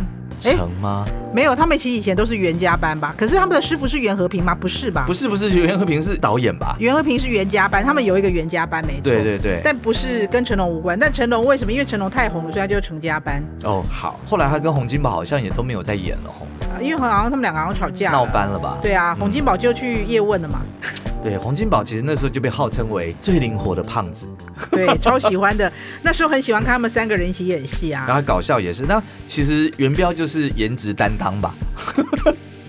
Speaker 2: 哎
Speaker 1: 成吗？
Speaker 2: 没有，他们其实以前都是袁家班吧？可是他们的师傅是袁和平吗？不是吧？
Speaker 1: 不
Speaker 2: 是，
Speaker 1: 是不是，袁和平是导演吧？
Speaker 2: 袁和平是袁家班，他们有一个袁家班没错。
Speaker 1: 对对对。
Speaker 2: 但不是跟成龙无关。但成龙为什么？因为成龙太红了，所以他就是成家班。
Speaker 1: 哦，好。后来他跟洪金宝好像也都没有再演了，吼，
Speaker 2: 啊因为好像他们两个好像吵架了
Speaker 1: 闹。翻了嗯吧？
Speaker 2: 对啊，洪金宝就去叶问了 嘛。
Speaker 1: 对，洪金宝其实那时候就被号称为最灵活的胖子，
Speaker 2: 对，超喜欢的。那时候很喜欢看他们三个人一起演戏
Speaker 1: 然
Speaker 2: 啊。
Speaker 1: 后搞笑也是。那其实元彪就是颜值担当吧？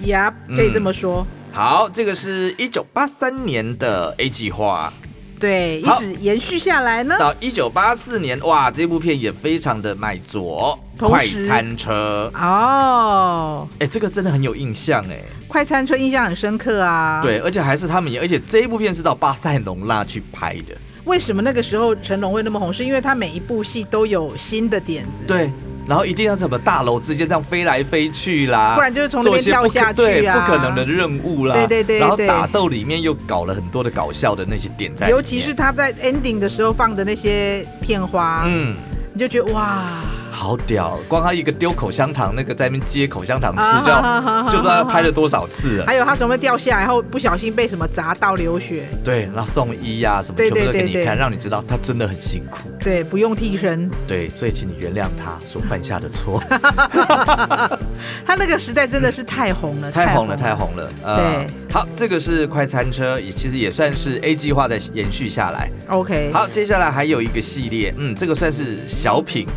Speaker 2: 呀、
Speaker 1: 嗯
Speaker 2: 可以这么说。
Speaker 1: 好，这个是一九八三年的 A 计划。
Speaker 2: 对，一
Speaker 1: 好
Speaker 2: 直延续下来呢。
Speaker 1: 到一九八四年，哇，这部片也非常的卖座，
Speaker 2: 同
Speaker 1: 快
Speaker 2: 时
Speaker 1: 餐车，
Speaker 2: 哦，
Speaker 1: 哎、这个真的很有印象哎、
Speaker 2: 快餐车印象很深刻啊。，
Speaker 1: 对，而且还是他们演，而且这一部片是到巴塞隆纳去拍的，
Speaker 2: 为什么那个时候成龙会那么红？是因为他每一部戏都有新的点子。
Speaker 1: 对。然后一定要什么大楼之间这样飞来飞去啦，
Speaker 2: 不然就是从那
Speaker 1: 做一
Speaker 2: 边
Speaker 1: 些不可
Speaker 2: 掉下去
Speaker 1: 对，
Speaker 2: 啊
Speaker 1: 不可能的任务啦。
Speaker 2: 对对对
Speaker 1: 然后
Speaker 2: 对
Speaker 1: 打斗里面又搞了很多的搞笑的那些点在里面，
Speaker 2: 尤其是他在 ending 的时候放的那些片花，
Speaker 1: 嗯，
Speaker 2: 你就觉得哇，
Speaker 1: 好屌，光他一个丢口香糖，那个在那边接口香糖吃，就
Speaker 2: 啊哈哈哈
Speaker 1: 要
Speaker 2: 哈
Speaker 1: 就不知道他拍了多少次了。
Speaker 2: 还有他怎么会掉下来，然后不小心被什么砸到流血，
Speaker 1: 对，然后送医呀、什么，
Speaker 2: 对
Speaker 1: 全部都给
Speaker 2: 对对
Speaker 1: 你看，
Speaker 2: 对
Speaker 1: 让你知道他真的很辛苦。
Speaker 2: 对，不用替身。
Speaker 1: 对，所以请你原谅他所犯下的 错。
Speaker 2: 他那个时代真的是太红了，
Speaker 1: 太红了，太。红了。呃
Speaker 2: 对，
Speaker 1: 好，这个是快餐车，也其实也算是 A 计划在延续下来。
Speaker 2: OK，
Speaker 1: 好，接下来还有一个系列，嗯，这个算是小品，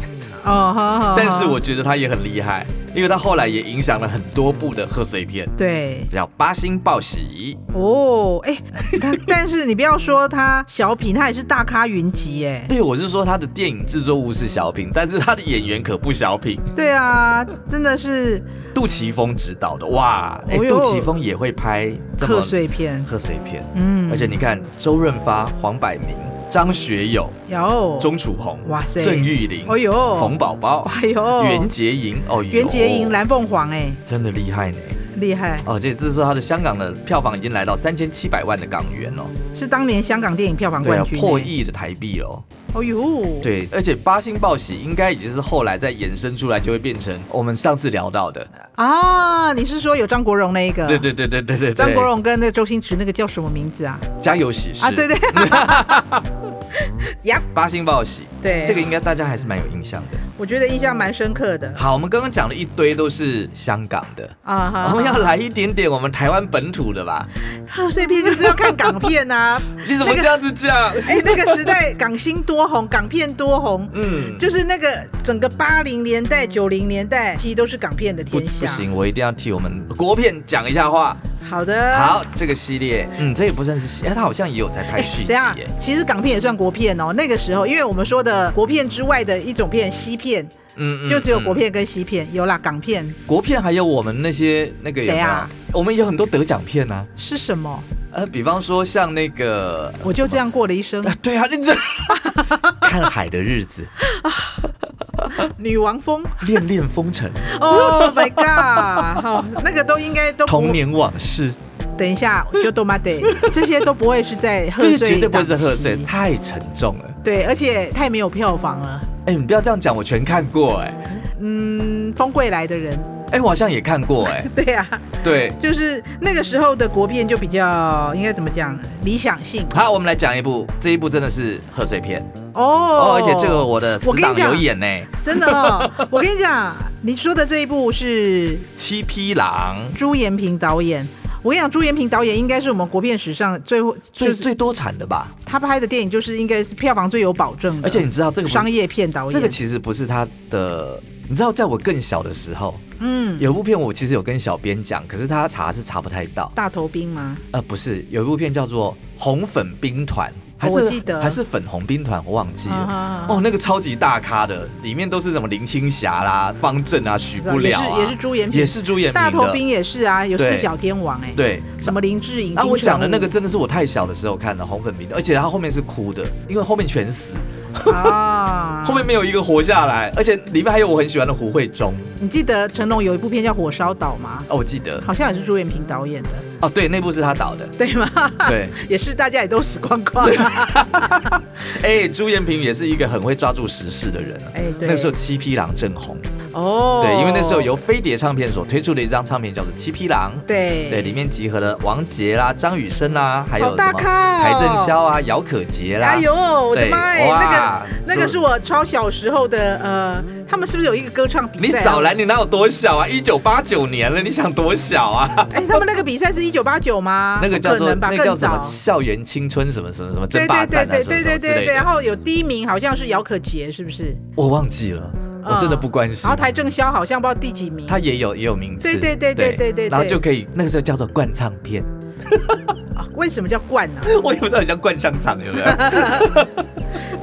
Speaker 2: 哦，好好。
Speaker 1: 但是
Speaker 2: 好
Speaker 1: 我觉得他也很厉害，因为他后来也影响了很多部的贺岁片，
Speaker 2: 对
Speaker 1: 叫《八星报喜
Speaker 2: 哦，哎、他但 是你不要说他小品，他也是大咖云集哎》。。
Speaker 1: 对，我是说他的电影制作物是小品，但是他的演员可不小品。
Speaker 2: 对啊，真的是
Speaker 1: 杜琪峰执导的，哇，哎、
Speaker 2: 哦哟
Speaker 1: 杜琪峰也会拍这么
Speaker 2: 贺岁片，
Speaker 1: 贺岁片，
Speaker 2: 嗯，
Speaker 1: 而且你看周润发、黄百鸣、张学友、
Speaker 2: 有，
Speaker 1: 钟楚红，
Speaker 2: 哇塞
Speaker 1: 郑裕玲，
Speaker 2: 哎呦
Speaker 1: 冯宝宝，
Speaker 2: 哎呦，
Speaker 1: 袁洁莹，哦，
Speaker 2: 袁洁莹、
Speaker 1: 哟
Speaker 2: 蓝凤凰哎、
Speaker 1: 真的厉害呢。
Speaker 2: 厉害，
Speaker 1: 而且这次他的香港的票房已经来到三千七百万的港元哦，
Speaker 2: 是当年香港电影票房
Speaker 1: 对
Speaker 2: 冠
Speaker 1: 啊，
Speaker 2: 军、哎
Speaker 1: 破，亿的台币哦。
Speaker 2: 哦呦，，
Speaker 1: 对，而且八星报喜应该已经是后来再衍生出来，就会变成我们上次聊到的，
Speaker 2: 啊，你是说有张国荣那一个？
Speaker 1: 对。对对对对对对，
Speaker 2: 啊张国荣跟那个周星驰那个叫什么名字啊？
Speaker 1: 家有喜事
Speaker 2: 啊， 对对， 呀，
Speaker 1: 八星报喜，
Speaker 2: 对
Speaker 1: 这个应该大家还是蛮有印象的。
Speaker 2: 我觉得印象蛮深刻的
Speaker 1: 好，我们刚刚讲了一堆都是香港的，
Speaker 2: 啊哈。
Speaker 1: 我们要来一点点我们台湾本土的吧？
Speaker 2: 贺岁片就是要看港片啊，
Speaker 1: 你怎么这样子讲？
Speaker 2: 哎，那个时代港星多红，港片多红，
Speaker 1: 嗯，
Speaker 2: 就是那个整个八零年代、九零年代，其实都是港片的
Speaker 1: 不
Speaker 2: 天
Speaker 1: 不
Speaker 2: 下。
Speaker 1: 行，我一定要替我们国片讲一下话。
Speaker 2: 好的，
Speaker 1: 好，这个系列，嗯，这也不算是系，哎，他好像也有在拍续集
Speaker 2: 这样
Speaker 1: 耶，，
Speaker 2: 其实港片也算国片哦。那个时候，因为我们说的国片之外的一种片，西片，
Speaker 1: 嗯
Speaker 2: 就只有国。
Speaker 1: 嗯
Speaker 2: 片跟西片，有啦，港片
Speaker 1: 嗯国片还有我们那些那个有没
Speaker 2: 谁
Speaker 1: 有
Speaker 2: 啊？
Speaker 1: 我们有很多得奖片啊，
Speaker 2: 是什么？
Speaker 1: 呃，比方说像那个，
Speaker 2: 我就这样过了 一生。
Speaker 1: 对啊， 认真看海的日子，
Speaker 2: 女王 风
Speaker 1: 恋恋风尘，
Speaker 2: ，Oh my god！好、那个都应该都不
Speaker 1: 童。年往事，
Speaker 2: 等一下，就都 妈得，这些都不会是在贺
Speaker 1: 这
Speaker 2: 岁，
Speaker 1: 绝对不会是贺岁，。太沉重了。
Speaker 2: 对，而且太没有票房了。
Speaker 1: 哎、你不要这样讲，我全看过哎、
Speaker 2: 嗯，风贵来的人，
Speaker 1: 哎、我好像也看过哎、
Speaker 2: 对啊，
Speaker 1: 对，
Speaker 2: 就是那个时候的国片就比较应该怎么讲，理想性
Speaker 1: 好，我们来讲一部，这一部真的是贺岁片
Speaker 2: 哦
Speaker 1: 哦，而且这个我的
Speaker 2: 我
Speaker 1: 死
Speaker 2: 跟你
Speaker 1: 党
Speaker 2: 讲
Speaker 1: 有演哎呢、
Speaker 2: 真的哦， 我跟你讲，你说的这一部是
Speaker 1: 七匹狼
Speaker 2: 朱延平导演。我跟你讲，朱延平导演应该是我们国片史上最后
Speaker 1: 最
Speaker 2: 就是
Speaker 1: 最多产的吧？
Speaker 2: 他拍的电影，就是应该是票房最有保证的，
Speaker 1: 而且你知道这个不
Speaker 2: 嗯商
Speaker 1: 是
Speaker 2: 业片导演。
Speaker 1: 这个其实不是他的，你知道，在我更小的时候，
Speaker 2: 嗯，
Speaker 1: 有一部片我其实有跟小编讲，可是他查是查不太到。
Speaker 2: 大头兵吗？
Speaker 1: 呃，不是，有一部片叫做《红粉兵团》，还
Speaker 2: 哦
Speaker 1: 是、
Speaker 2: 我记得
Speaker 1: 还是粉红兵团，我忘记了。
Speaker 2: 啊啊啊
Speaker 1: 哦，那个超级大咖的，里面都是什么林青霞啦、方正啊、许不了、啊、
Speaker 2: 也是也是朱延平
Speaker 1: 也是朱延平
Speaker 2: 大
Speaker 1: 的
Speaker 2: 头兵也是啊，有四
Speaker 1: 对
Speaker 2: 小天王哎、
Speaker 1: 对。
Speaker 2: 什么林志颖。
Speaker 1: 然后我
Speaker 2: 金城
Speaker 1: 讲的那个
Speaker 2: 武
Speaker 1: 真的是我太小的时候看的《红粉兵团》，而且他后面是哭的，因为后面全死，
Speaker 2: 啊，
Speaker 1: 后面没有一个活下来，而且里面还有我很喜欢的胡慧中
Speaker 2: 你记得成龙有一部片叫《火烧岛》吗？
Speaker 1: 哦，我记得
Speaker 2: 好像也是朱延平导演的，
Speaker 1: 哦，对，那部是他导 的，
Speaker 2: 对吗？
Speaker 1: 对，
Speaker 2: 也是大家也都死光光啊了。
Speaker 1: 哎，朱延平也是一个很会抓住时事的人啊，
Speaker 2: 哎，对，
Speaker 1: 那个时候七匹狼正红，
Speaker 2: 哦，
Speaker 1: 对，因为那时候由飞碟唱片所推出的一张唱片叫做《七匹狼》，
Speaker 2: 对
Speaker 1: 对，里面集合了王杰啦、张雨生啦，还有
Speaker 2: 好
Speaker 1: 什
Speaker 2: 大
Speaker 1: 么
Speaker 2: 咖哦
Speaker 1: 邰正宵啊、姚可杰啦。
Speaker 2: 哎呦，我的
Speaker 1: 对
Speaker 2: 妈哎，那
Speaker 1: 哇
Speaker 2: 个那个
Speaker 1: 是
Speaker 2: 是我超小时候的，呃，他们是不是有一个歌唱比
Speaker 1: 你
Speaker 2: 赛啊？
Speaker 1: 少来，你哪有多小啊？一九八九年了，你想多小 啊？？
Speaker 2: 哎，他们那个比赛是一九八九吗
Speaker 1: 那个叫
Speaker 2: 不可
Speaker 1: 做
Speaker 2: 能吧
Speaker 1: 那个叫
Speaker 2: 更
Speaker 1: 什么
Speaker 2: 早。
Speaker 1: 校园青春什么什么什么争
Speaker 2: 对
Speaker 1: 霸
Speaker 2: 对
Speaker 1: 战
Speaker 2: 对
Speaker 1: 啊什么
Speaker 2: 对
Speaker 1: 什
Speaker 2: 对
Speaker 1: 么
Speaker 2: 对
Speaker 1: 之
Speaker 2: 对
Speaker 1: 类
Speaker 2: 对，然
Speaker 1: 的，
Speaker 2: 后有第一名好像是姚可杰，是不是？
Speaker 1: 我忘记了，我真的不关心
Speaker 2: 然后。邰正嗯宵好像不知道第几名，
Speaker 1: 嗯他也有也有名次，
Speaker 2: 对对对对对对
Speaker 1: 然后
Speaker 2: 对
Speaker 1: 就可以那个时候叫做灌唱片，
Speaker 2: 为什么叫冠呢？
Speaker 1: 我也不知道你像灌香肠有 没有。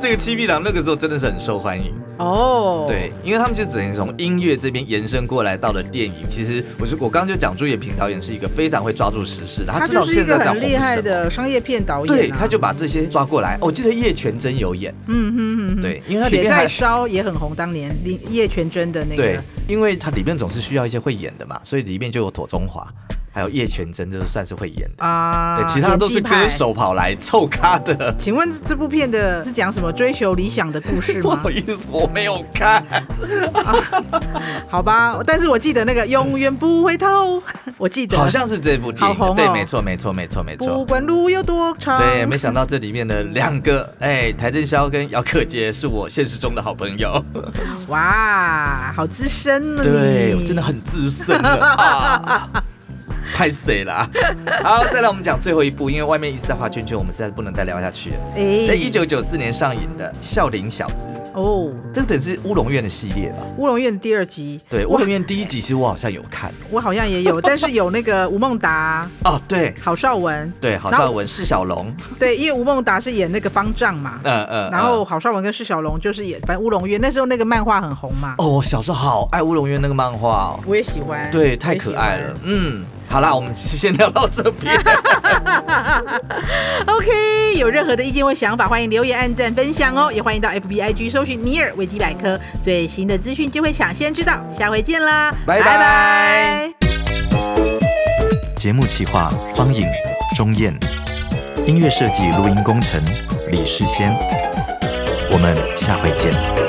Speaker 1: 这个七匹狼那个时候真的是很受欢迎，
Speaker 2: 哦，
Speaker 1: 对，因为他们就只能从音乐这边延伸过来到了电影。其实我是我刚刚就讲朱延平导演是一个非常会抓住时事的，
Speaker 2: 他
Speaker 1: 知道
Speaker 2: 就是一
Speaker 1: 现
Speaker 2: 个
Speaker 1: 在在
Speaker 2: 很
Speaker 1: 红
Speaker 2: 厉害
Speaker 1: 什么。
Speaker 2: 的商业片导演啊，
Speaker 1: 对，他就把这些抓过来。哦我记得叶全真有演，
Speaker 2: 嗯嗯嗯，
Speaker 1: 对因为它里
Speaker 2: 血
Speaker 1: 面
Speaker 2: 在
Speaker 1: 还
Speaker 2: 烧也很红，当年林叶全真的那
Speaker 1: 对
Speaker 2: 个，
Speaker 1: 因为他里面总是需要一些会演的嘛，所以里面就有左中华，还有叶全真，就是算是会演的。
Speaker 2: 啊，
Speaker 1: 对，其他都是
Speaker 2: 演技派
Speaker 1: 歌。手跑来凑咖的。
Speaker 2: 请问这部片的是讲什么追求理想的故事
Speaker 1: 不
Speaker 2: 吗
Speaker 1: 好？意思，我没有看。
Speaker 2: 好吧，但是我记得那个永远不回头， 我记得
Speaker 1: 好像是这部电影的，
Speaker 2: 啊好红哦
Speaker 1: 对，没错，没错，没错，没
Speaker 2: 不
Speaker 1: 错。
Speaker 2: 管路有多长，
Speaker 1: 对，没想到这里面的两 个，哎，邰正宵跟姚可杰是我现实中的好朋 友，
Speaker 2: 哇，好资深呢，
Speaker 1: 对，
Speaker 2: 你
Speaker 1: 我真的很资深了 啊。太谁了啊？好，再来我们讲最后一部，因为外面一直在画圈圈，我们实在是不能再聊下去了。
Speaker 2: 哎
Speaker 1: 在一九九四年上映的《笑林小子》，
Speaker 2: 哦，
Speaker 1: 这个等于是乌龙院的系列吧？
Speaker 2: 乌龙院第二集，
Speaker 1: 对，乌
Speaker 2: 我
Speaker 1: 龙院第一集其实我好像有看
Speaker 2: 我好像也有，但是有那个吴孟达、
Speaker 1: 哦，对
Speaker 2: 郝邵文，
Speaker 1: 对，郝
Speaker 2: 然后
Speaker 1: 邵文、释小龙，
Speaker 2: 对，因为吴孟达是演那个方丈嘛，
Speaker 1: 呃呃，
Speaker 2: 然后
Speaker 1: 呃
Speaker 2: 郝邵文跟释小龙就是演，反正乌龙院那时候那个漫画很红嘛，
Speaker 1: 哦，我小时候好爱乌龙院那个漫画哦，
Speaker 2: 我也喜欢，
Speaker 1: 对，太可爱了，嗯。好啦，我们先聊到这边。
Speaker 2: OK，有任何的意见或想法，欢迎留言、按赞、分享哦，也欢迎到 FBIG 搜寻尼尔维基百科，最新的资讯就会抢先知道。下回见啦，
Speaker 1: 拜拜
Speaker 3: 节目企划：方颖、钟燕，音乐设计、录音工程：李世先。我们下回见。